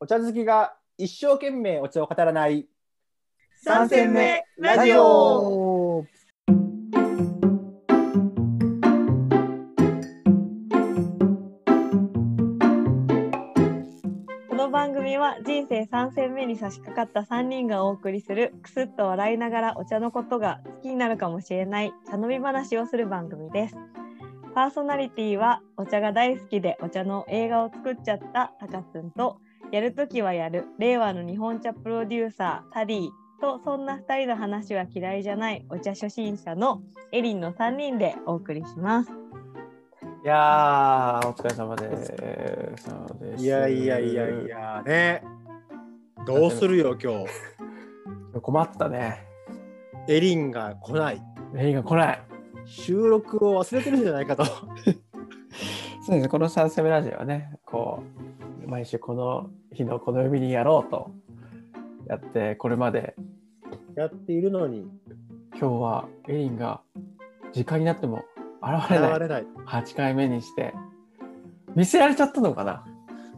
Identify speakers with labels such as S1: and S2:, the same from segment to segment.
S1: お茶好きが一生懸命お茶を語らない
S2: 三戦目ラジ
S3: オ
S2: この番組は人生3戦目に差し掛かった3人がお送りするくすっと笑いながらお茶のことが好きになるかもしれない茶飲み話をする番組ですパーソナリティはお茶が大好きでお茶の映画を作っちゃったたかつんとやるときはやる令和の日本茶プロデューサータディとそんな2人の話は嫌いじゃないお茶初心者のエリンの3人でお送りします
S3: いやー、お疲れ様です。そうです
S4: いやいやいやい。やね。どうするよ今日。
S3: 困ったね。
S4: エリンが来ない。
S3: 映画来ない。
S4: 収録を忘れてるんじゃないかと。
S3: そうですね、この三戦目ラジオはね、こう、毎週この日のこの海にやろうとやって、これまで
S4: やっているのに
S3: 今日はエリンが時間になっても現れ
S4: 現
S3: ない。
S4: れない。
S3: 8回目にして、見せられちゃったのかない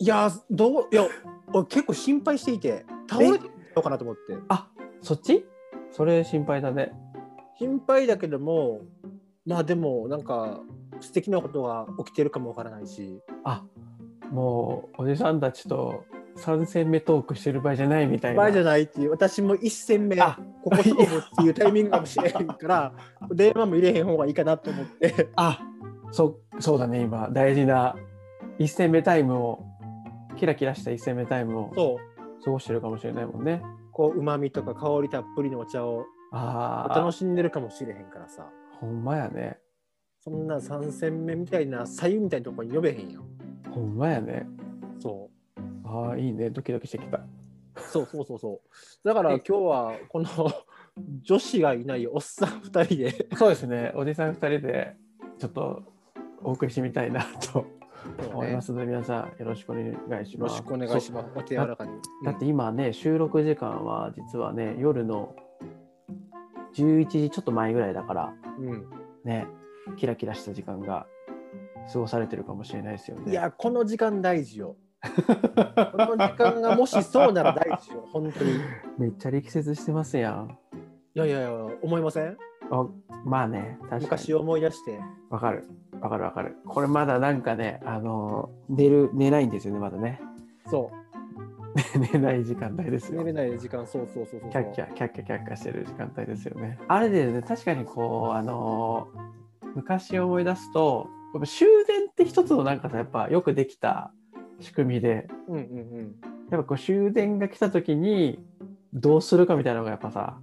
S4: やーどういや俺結構心配していて倒れてるのかなと思って。
S3: あ、そっちそれ心配だね。
S4: 心配だけどもまあでもなんか素敵なことが起きてるかもわからないし。
S3: あもうおじさんたちと3戦目トークしてる場合じゃないみたいな。
S4: 前じゃないっていう私も一戦目
S3: あ
S4: ここ勝負っていうタイミングかもしれんから 電話も入れへん方がいいかなと思って。
S3: あそそうだね今大事な1戦目タイムをキラキラした1戦目タイムを
S4: そう
S3: 過ごしてるかもしれないもんね。
S4: こう旨味とか香りたっぷりのお茶を
S3: ああ
S4: 楽しんでるかもしれへんからさ
S3: ほんまやね。
S4: そんな3戦目みたいな左右みたいなとこに呼べへんよ
S3: ほんまやね。
S4: そ
S3: ああいいねドキドキしてきた。
S4: うそうそうそうそうだから
S3: え
S4: 今日はこの女子がいないおっさん2人で
S3: そうですねおじさん2人でちょっとお送りしてみたいなと思いますので、皆さんよろしくお願いし
S4: よろ
S3: ます。
S4: しくお願いしますお手柔らかに
S3: だって今ね、収録時間は実はね、夜の11時ちょっと前ぐらいだから、
S4: うん
S3: ね、キラキラした時間が過ごされてるかもしれないですよ
S4: うん
S3: ね。
S4: い やこの時間大事よこの時間がもしそうなら大事よ本当にい
S3: めっちゃ力説してますやん。
S4: やいやいや思いません
S3: あまあね、確か
S4: 昔
S3: に。
S4: を思い出して
S3: わかる。わかるわかる。これまだなんかね、あのー寝る、寝ないんですよね、まだね。
S4: そ
S3: 寝ない時間帯です
S4: う
S3: よ
S4: 寝。れない時間そうそうそうそう
S3: キャッキャキャッキャキャッキャしてる時間帯ですよね。あれでね確かにこうあのー昔を思い出すとやっぱ修繕って一つのなんかさやっぱよくできた仕組みで
S4: うんうんうん
S3: やっぱこう修繕が来た時にどうするかみたいなのがやっぱさ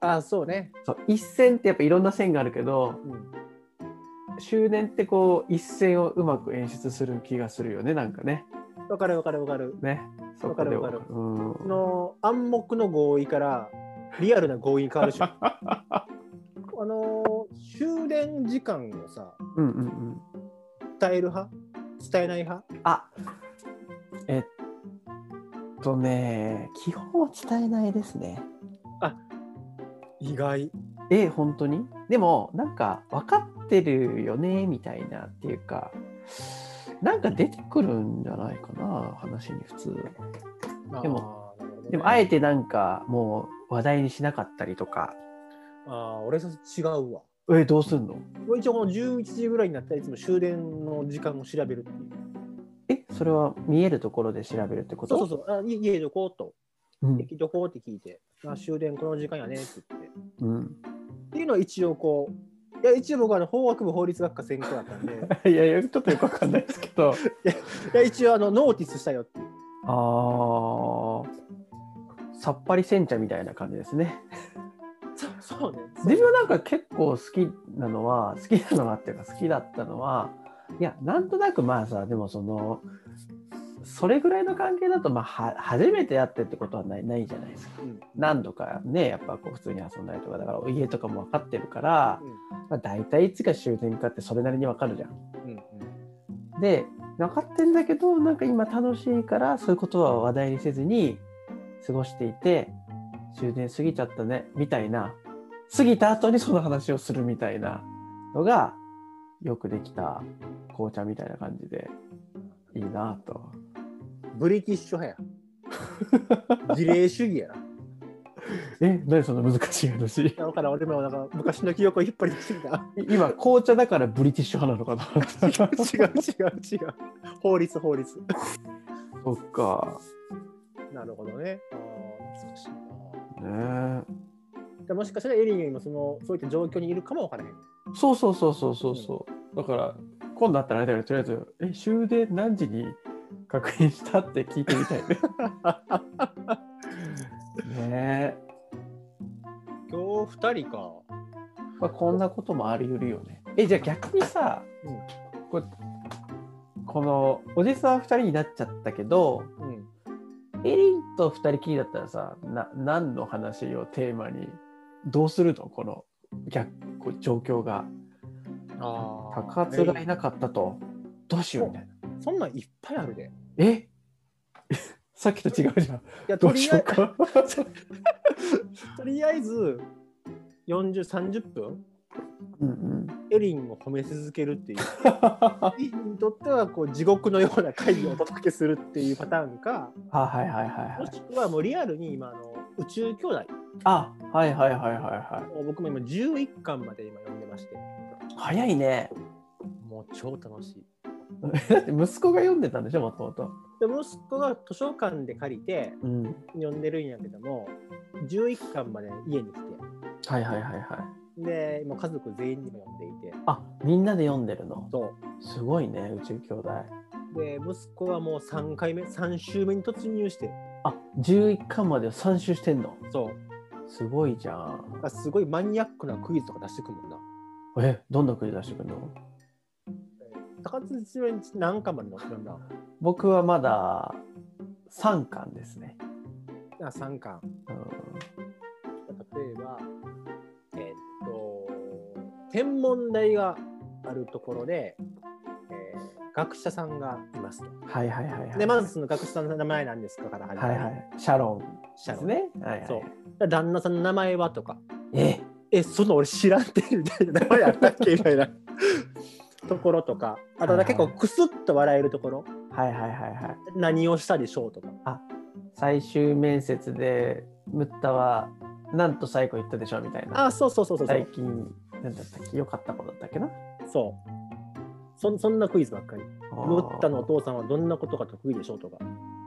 S4: あそうね
S3: そう一線ってやっぱいろんな線があるけど
S4: うん
S3: 修繕ってこう一線をうまく演出する気がするよねなんかね。
S4: わかるわかるわかる
S3: ねそこで
S4: わかるわか
S3: うん
S4: この暗黙の合意からリアルな合意に変わる でしょあの終電時間をさ
S3: うんうんうん。
S4: 伝える派伝えない派
S3: あえっとね基本は伝えないですね
S4: 意外
S3: え本当にでもなんか分かってるよねみたいなっていうかなんか出てくるんじゃないかな話に普通で
S4: も
S3: でもあ
S4: え
S3: えてなんかもう話題にしなかったりとか
S4: あー俺さ違うわ
S3: えどうすんの
S4: 俺一応この11時ぐらいになったらいつも終電の時間を調べるっていう
S3: えそれは見えるところで調べるってこと
S4: そうそうそうあい家どこと
S3: うん
S4: 駅どこって聞いてあ終電この時間やねって言って
S3: うん、
S4: っていうのは一応こういや一応僕はあの法学部法律学科専攻だった んで
S3: いやいやちょっとよくわかんないですけど
S4: いや一応あのノーティスしたよって
S3: あーさっぱり煎茶みたいな感じですね
S4: そそうねそう
S3: 自分はなんか結構好きなのは好きなのはっていうか好きだったのはいやなんとなくまあさでもそのそれぐらいの関係だとまあは初めて会ってってことはないないじゃないですか、
S4: うん
S3: 何度かねやっぱこう普通に遊んだりとかだから家とかも分かってるから、
S4: うん
S3: まあ、大体いつが終点かってそれなりに分かるじゃん。
S4: うんうん
S3: で分かってんだけどなんか今楽しいからそういうことは話題にせずに過ごしていて終電過ぎちゃったねみたいな過ぎた後にその話をするみたいなのがよくできた紅茶みたいな感じでいいなと
S4: ブリティッシュ派 や。儀礼主義やな。
S3: え、何その難しい話。
S4: だからん俺もなんか昔の記憶を引っ張り出してきた。
S3: 今、紅茶だからブリティッシュ派なのかな
S4: 違う違う違う。法律法律。
S3: そっか。
S4: なるほどね。ああ、懐かしい
S3: ね
S4: な。でもしかしたらエリーもそのそういった状況にいるかもわからへん。
S3: そうそうそうそうそうそう。だから、今度あったらあれだよね、とりあえず、え、終電何時に確認したって聞いてみたいね。ねえ。
S4: 今日二人か。
S3: まあ、こんなこともあり得るよね。え、じゃあ逆にさ、
S4: う
S3: ここのおじさん2人になっちゃったけど、
S4: うん。
S3: エリンと2人きりだったらさな何の話をテーマにどうするのこの逆こう状況が
S4: ああ。
S3: 高津がいなかったとどうしようみたいな
S4: そんなんいっぱいあるで。
S3: え さっきと違うじ ゃん
S4: いやと
S3: どう
S4: り
S3: し
S4: あ
S3: よ
S4: え
S3: うか
S4: とりあえず40、30分
S3: うん、うん、
S4: エリンを褒め続けるって いう。エリンにとってはこう地獄のような会議をお届けするっていうパターンか、
S3: あはいはいはいは
S4: も
S3: い
S4: しくはもうリアルに今あの宇宙兄弟、
S3: あはいはいはいはいはい
S4: 僕も今11巻まで今読んでまして、
S3: 早いね
S4: もう超楽しい。
S3: だって息子が読んでたんでしょもともと
S4: で息子が図書館で借りて
S3: うん
S4: 読んでるんやけども11巻まで家に来て
S3: はいはいはいはい
S4: でもう家族全員にも読んでいて
S3: あみんなで読んでるの
S4: そ
S3: すごいね宇宙兄弟
S4: うで息子はもう3回目3週目に突入して
S3: あ11巻まで3周してんの
S4: そう
S3: すごいじゃ
S4: だ
S3: ん
S4: からすごいマニアックなクイズとか出してくるもんな
S3: えどんな国出してくるの
S4: 高津一郎に何巻まで載ってるんだ
S3: 僕はまだ3巻ですね、
S4: あ3巻
S3: うん、
S4: 例えばえっと天文台があるところで、えー学者さんがいますと
S3: はいはいはいはい
S4: でまずその学者さんの名前なんですかから始ま
S3: は
S4: る
S3: いはいシャロン
S4: シャ
S3: で
S4: ロ
S3: す
S4: ン
S3: ねはいはい
S4: そう旦那さんの名前はとか、
S3: え
S4: え、そんな俺知らんてみたいな名前あったっけみたいなところとか、あと
S3: はいは
S4: ない結構クスッと笑えるところ、
S3: はいはいはいはい
S4: 何をしたでしょうとか、
S3: 最終面接でムッタはなんと最後言ったでしょみたいな
S4: あ、そうそうそうそうそ
S3: 最
S4: う、
S3: 近なんだったっけ良かったことだったっけな
S4: そうそんそんなクイズばっかり。ムッタのお父さんはどんなことが得意でしょうとか、
S3: あ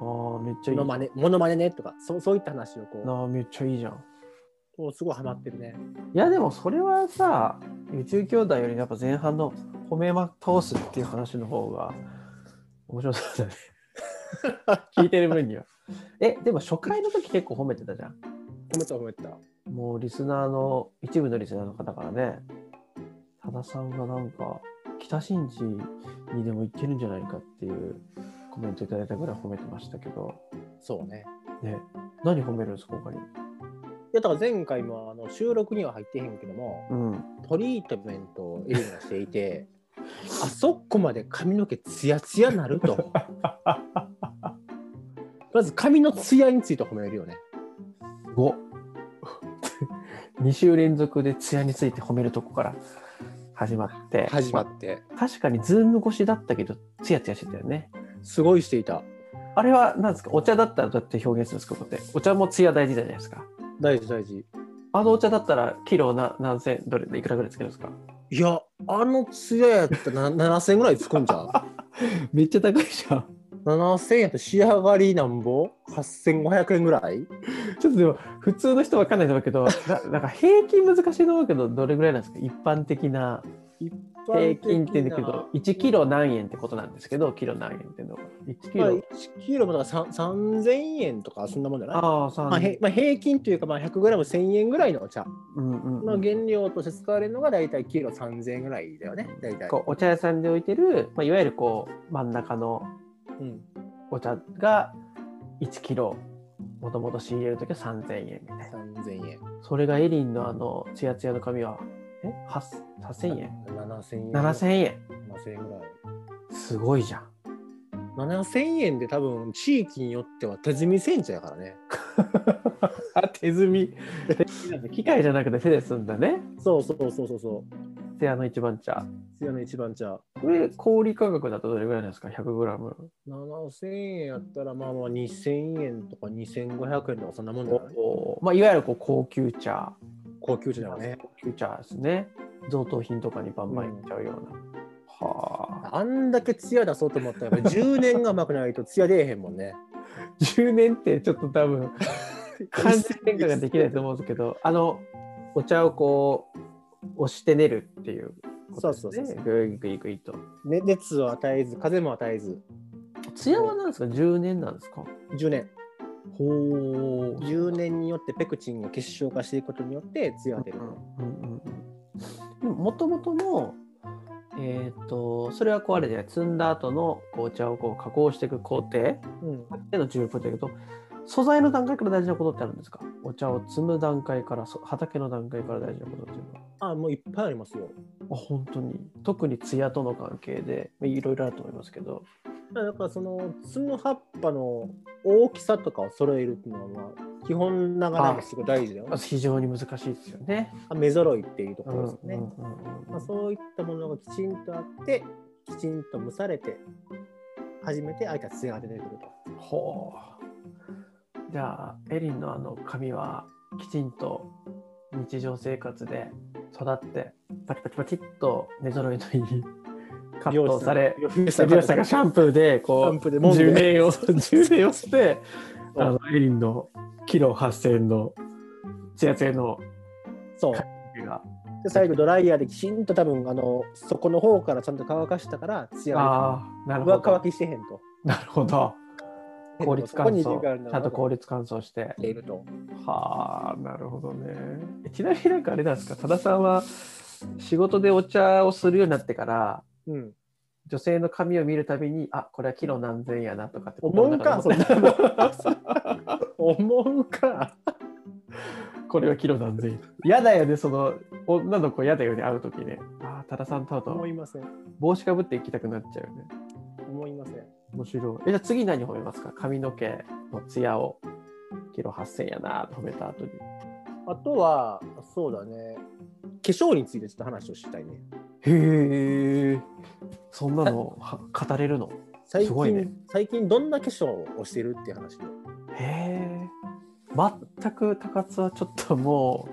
S3: ーめっちゃい
S4: モノ
S3: い
S4: マネモノマネねとかそう、そういった話をこ
S3: なあめっちゃいいじゃん
S4: う、こうすごいハマってるね。
S3: いやでもそれはさ宇宙兄弟よりやっぱ前半の褒めま倒すっていう話の方が面白そうだね 聞いてる分にはえでも初回の時結構褒めてたじゃん
S4: 褒めた褒めた。
S3: もうリスナーの一部のリスナーの方からね多田さんがなんか北新地にでも行けるんじゃないかっていうコメントいただいたぐらい褒めてましたけど
S4: そうね。
S3: ね何褒めるんですか他に
S4: いやだから前回もあの収録には入ってへんけども、
S3: うん
S4: トリートメントをエリナしてい てあそこまで髪の毛ツヤツヤなるとまず髪のツヤについて褒めるよね
S3: 5 2週連続で艶について褒めるとこから始まって
S4: 始まって
S3: 確かにズーム越しだったけどツヤツヤしてたよね
S4: すごいしていた
S3: あれは何ですかお茶だったらどうやって表現するんですかこうやってお茶もツヤ大事じゃないですか
S4: 大事大事
S3: あのお茶だったらキロな何千どれでいくらぐらいつけるんですか
S4: いやあのツヤやったらな 7000円ぐらいつくんじゃん
S3: めっちゃ高いじゃん
S4: 7000円やと仕上がりなんぼ8500円ぐらい
S3: ちょっとでも普通の人わかんないと思うけ どななんか平均難しいと思うけどどれぐらいなんですか一般的な平均って言うんだけど1キロ何円ってことなんですけどキロ何円っていうのが1キ
S4: まあ、
S3: ロ、
S4: 1キロもだからさん3000円とかそんなもんじゃない
S3: ああ3
S4: まあへまあ、平均というか、まあ、100g1000 円ぐらいのお茶
S3: うんうん
S4: の
S3: うん
S4: 原料として使われるのが大体キロ3000円ぐらいだよね、大体。
S3: こうお茶屋さんで置いてる、まあ、いわゆるこう真ん中の
S4: うん、
S3: お茶が1キロもともと仕入れる時は3000円みたいな
S4: 3000円。
S3: それがエリンのあのツヤツヤの髪はえ8 8000円
S4: 7000円。
S3: 7000円
S4: 7000円ぐらい。
S3: すごいじゃん
S4: 7000円で多分地域によっては手摘み煎茶やから ね。
S3: あ手摘み手摘みなんて機械じゃなくて手ですんだね
S4: そうそうそうそうそう。
S3: 艶の一番茶。
S4: 艶の一番茶。
S3: これ、小売価格だとどれぐらいなんですか ?100g。
S4: 7000円やったら、まあまあ2000円とか2500円とか、そんなもんじゃない
S3: おまあ、いわゆるこう高級茶。
S4: 高級茶だよね。
S3: 高級茶ですね。贈答品とかにバンバンいっちゃうような。はあ。
S4: あんだけ艶出そうと思ったら、やっぱり10年がうまくないと艶出えへんもんね。
S3: 10年ってちょっと 多分、感じ変化ができないと思うんですけど、あの、お茶をこう、押して練るっていうこ
S4: そ
S3: とです、ね。
S4: うそうそうそう
S3: ぐいぐいぐいと。
S4: ね熱を与えず、風も与えず、
S3: 艶はなんですか ?10 年なんですか
S4: 10年。
S3: ほう。
S4: 10年によってペクチンが結晶化していくことによって艶が出る。
S3: もともとの、えー、とそれはこうあれで積んだ後のこうお茶をこう加工していく工程
S4: うん
S3: での重要ポイントだけど素材の段階から大事なことってあるんですかお茶を積む段階からそ畑の段階から大事なことっていうのは
S4: あ、もういっぱいありますよ。
S3: あ本当に特に艶との関係でまあいろいろあると思いますけど
S4: だからその摘む葉っぱの大きさとかを揃えるっていうのは、まあ、基本ながらもすごい大事だよ
S3: ま。ず非常に難しいですよね。
S4: 目揃いっていうとこ
S3: う
S4: ろ
S3: んう
S4: で
S3: ん
S4: すよ
S3: う
S4: ね。
S3: ん
S4: まあ、そういったものがきちんとあってきちんと蒸されて初めてあいた艶が出てくる
S3: うんほうじゃあエリンのあの髪はきちんと日常生活で育ってパチパチパチっと目揃いのいいカ
S4: と。
S3: ットをされ
S4: 美容師
S3: さ
S4: さ
S3: ん
S4: ん
S3: がシャンプーでこ
S4: シャン
S3: う
S4: プーで揉んで
S3: 10年を 10年をして
S4: そう
S3: あのエリンのキロ8000円のツヤツヤの
S4: そう
S3: 毛が
S4: で最後ドライヤーできちんと多分あの底の方からちゃんと乾かしたから艶が
S3: ああな
S4: 出てくる
S3: る
S4: 上
S3: ほ
S4: 乾
S3: ど
S4: きしてへんと。
S3: なるほど効率乾
S4: そこに理由がある
S3: 燥
S4: んだ
S3: ちゃんと効率乾燥して
S4: していると。
S3: はあなるほどねえちなみになんかあれなんですか多田さんは仕事でお茶をするようになってから
S4: うん。
S3: 女性の髪を見るたびにあこれはキロ何千円やなとかって
S4: 思うか、そん
S3: 心の
S4: な
S3: 中で思って
S4: の。思うか。
S3: これはキロなんで。嫌だよね、その女の子嫌だよね、会うときね。ああ、多田さんと会う
S4: 思
S3: と
S4: いません。
S3: 帽子かぶって行きたくなっちゃうよね。
S4: 思いません。
S3: 面白い。え、じゃあ次何褒めますか髪の毛のツヤをキロ8000やなと褒めた後に。
S4: あとは、そうだね。化粧についてちょっと話をしたいね。
S3: へえ、そんなのは語れるの
S4: 最
S3: すごいね
S4: 近、最近どんな化粧をしてるっていう話で。
S3: へえ。全く高津はちょっともう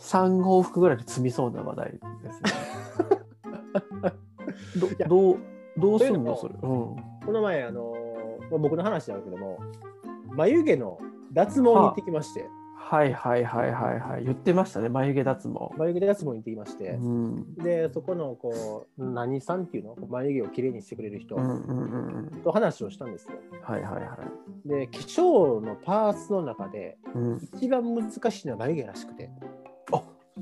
S3: 3往復ぐらいで積みそうな話題ですね。
S4: いや
S3: どどうどうす
S4: とい
S3: ん
S4: うの
S3: の
S4: も
S3: それ。うん
S4: この前、あのーまあ僕の話なんだけども、眉毛の脱毛に行ってきまして、
S3: はいはいはいはいはい言ってましたね眉毛脱毛、
S4: 眉毛脱毛に行ってきまして
S3: う、ん、うん
S4: で、そこの、こう、何さんっていうの眉毛をきれいにしてくれる人
S3: うんうんうん
S4: と話をしたんですよ。
S3: はいはいはい
S4: で、化粧のパーツの中で、
S3: うん
S4: 一番難しいのは眉毛らしくて。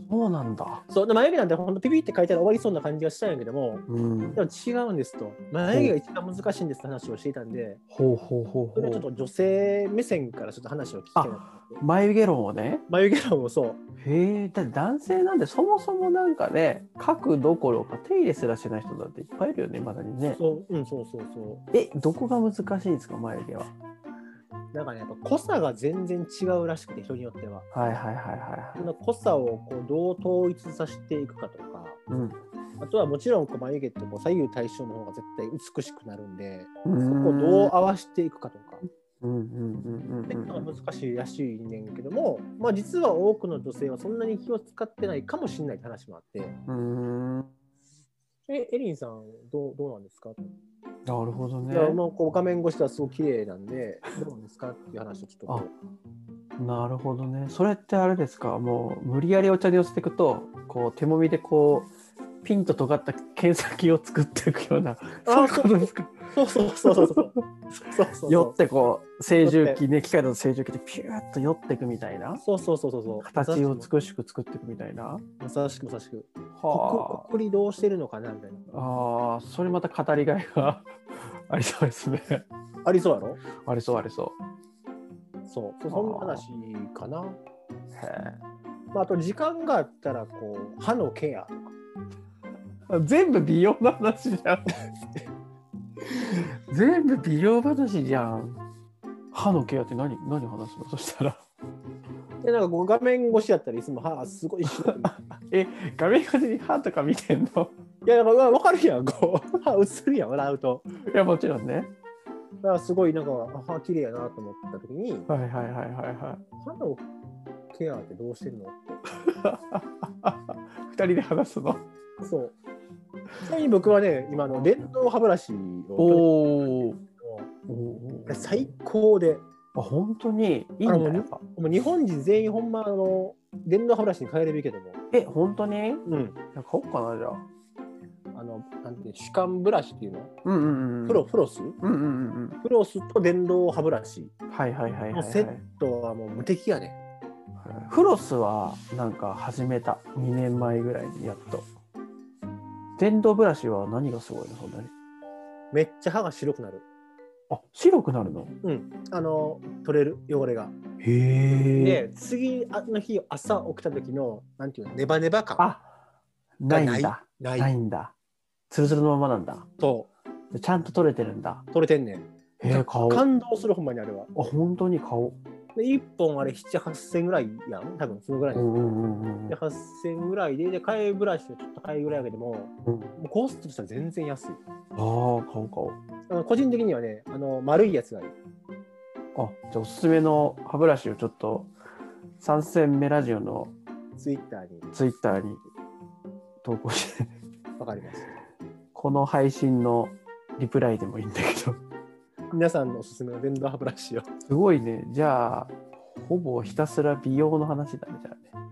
S3: そうなんだ
S4: そうで眉毛なんてほんとピピって書いたら終わりそうな感じがしたんやけども、
S3: うん
S4: でも違うんですと、眉毛が一番難しいんですって話をしていたんで、
S3: ほうほうほ
S4: そうれはちょっ
S3: ほ
S4: と女性目線からちょっと話を聞きたいなと思って
S3: う眉毛論をね
S4: 眉毛論もそう、
S3: へえだって男性なんでそもそもなんかね書くどころか手入れすらしてない人だっていっぱいいるよねまだにね
S4: そう、うん、そうそうそ
S3: えどこが難しいんですか眉毛は
S4: う、なんかね、やっぱ濃さが全然違うらしくて、人によっては。
S3: はいはいはいはい
S4: そ
S3: はい
S4: の濃さをこうどう統一させていくかとか、
S3: うん
S4: あとはもちろんこう眉毛ってこう左右対称の方が絶対美しくなるんで、
S3: う
S4: そこ
S3: ん
S4: をどう合わせていくかとか。
S3: うんうんう
S4: っ
S3: ん
S4: て
S3: う
S4: いうんの
S3: う
S4: が
S3: ん
S4: 難しいらしいんねんけども、まあ、実は多くの女性はそんなに気を使ってないかもしれないって話もあって、
S3: うんな
S4: えエリンさんどう、どうなんですか、
S3: るほどね
S4: いやもうこう画面越しではすごく綺麗なん で、どうなんですかっていう話をちょっとこう
S3: なるほどね。それってあれですか、もう無理やりお茶に寄せていくと、こう手もみでこう、ピンと尖った剣先を作っていくような、そういうことですか。
S4: そうそうそうそうそう。そうそうそう
S3: 寄ってこう、清重機ね、機械の清重機でピューッと寄っていくみたいな、
S4: そうそうそうそうそう。
S3: 形を美しく作っていくみたいな。
S4: まさしくまさしく。こ
S3: は
S4: くりどうしてるのかなみたいな。
S3: あ。あーそれまた語りがいがありそうですね。
S4: ありそうやろ
S3: ありそうありそ
S4: そう。そうそんな話かな。
S3: う。へ
S4: まあ、あと時間があったらこう歯のケアとか。
S3: え全部美容の話じゃん。全部美容話じゃん。歯のケアって何何話すのそしたら。
S4: でなんかこう画面越しだったらいつも「はあすごい一緒だな」
S3: 画面越しに歯とか見てんの
S4: いやだから分かるやんこう 「はあ映るやん笑うと」
S3: いやもちろんね
S4: だからすごいなんか「あはあ綺麗やな」と思った時に
S3: はいはいはいはいは
S4: 「歯のケアってどうしてんの?」
S3: い二人で話すの
S4: ってそうちなみに僕はね今あの電動歯ブラシを
S3: おーおー
S4: 最高で
S3: あ本当にいいん
S4: あ
S3: だ
S4: もう
S3: やっぱ
S4: もう日本人全員ほんまあの電動歯ブラシに変えればいいけども、
S3: え本当に
S4: うん、
S3: いや買おうかなじゃあ
S4: あのなんていう主管ブラシっていうの
S3: うんうんうん
S4: フロフロス
S3: うんうんうん
S4: フロスと電動歯ブラシ
S3: うんはいはいはいはい、
S4: の
S3: は
S4: セ
S3: い
S4: ッ、トはもう無敵やね
S3: フロスはなんか始めた2年前ぐらいにやっと電動ブラシは何がすごいのそんなに
S4: めっちゃ歯が白くなる
S3: あ白くなるの
S4: あの取れる汚れが
S3: へ
S4: で
S3: え
S4: 次の日朝起きた時のなんていうのネバネバ感
S3: あないんだ
S4: な
S3: ないいんだツルツルのままなんだ
S4: と
S3: ちゃんと取れてるんだ
S4: 取れてんねん
S3: へえ顔あ
S4: 感動するほんまにあれは
S3: 本当に顔
S4: で1本あれ78000ぐらいやん多分そのぐらい、
S3: う
S4: で
S3: んうんうんうん
S4: で8000ぐらいでで替えブラシをちょっと替えぐらいやけども
S3: うん
S4: もうコストとしては全然安い
S3: ああ顔顔
S4: あの個人的にはねあの丸いやつがいい
S3: あじゃあおすすめの歯ブラシをちょっと参戦メラジオの
S4: ツイッターに
S3: ツイッターに投稿して
S4: わかります
S3: この配信のリプライでもいいんだけど
S4: 皆さんのおすすめの電動歯ブラシを
S3: すごいねじゃあほぼひたすら美容の話だね じゃあね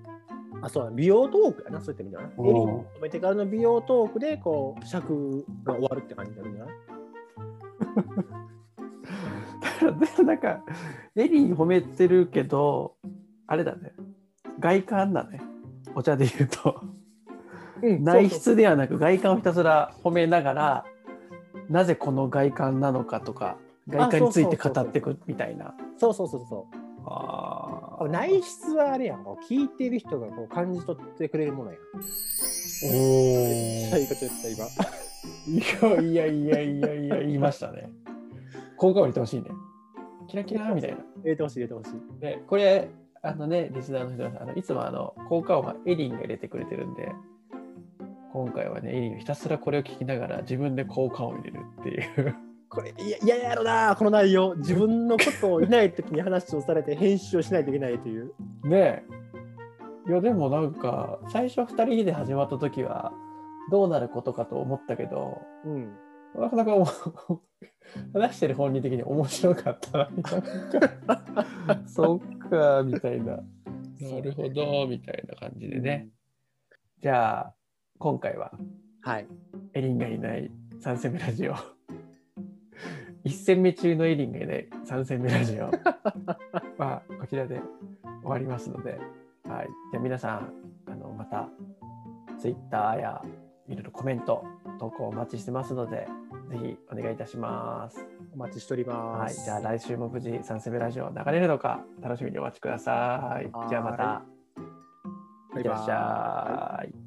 S4: あそうだ美容トークやなそういった意味ではね
S3: う
S4: エ
S3: ん
S4: リン止めてからの美容トークでこう尺が終わるって感じになるんじゃない
S3: だからでもなんかエリー褒めてるけどあれだね外観だねお茶で言うと
S4: うん
S3: 内室ではなく外観をひたすら褒めながらなぜこの外観なのかとか外観について語っていくみたいな
S4: そうそうそうそう
S3: あ
S4: そう内室はあれやんこう聞いてる人がこう感じ取ってくれるものやん
S3: お
S4: はい言った今
S3: いやいやいやいやいや言いましたね。効果を入れてほしいね。キラキラみたいな。
S4: 入れてほしい入れてほしい
S3: でこれあのねリスナーの人はあのいつもあの効果音はエリンが入れてくれてるんで今回はねエリンがひたすらこれを聞きながら自分で効果音を入れるっていう。
S4: これいや嫌ややろなこの内容自分のことをいない時に話をされて編集をしないといけないという
S3: ねえいやでもなんか最初2人で始まった時はどうなることかと思ったけど
S4: うん
S3: なかなかおも 話してる本人的に面白かったなみたいなそっかみたいななるほどみたいな感じでねじゃあ今回は
S4: はい
S3: エリンがいない3戦目ラジオ1戦目中のエリンがいない3戦目ラジオはこちらで終わりますので、はい、じゃあ皆さんあのまた Twitter やいろいろコメント投稿お待ちしてますのでぜひお願いいたします、
S4: お待ちしておりま
S3: はい、
S4: す、
S3: じゃあ来週も無事3戦目ラジオ流れるのか楽しみにお待ちくださいじゃあまた
S4: はい
S3: いってらっしゃい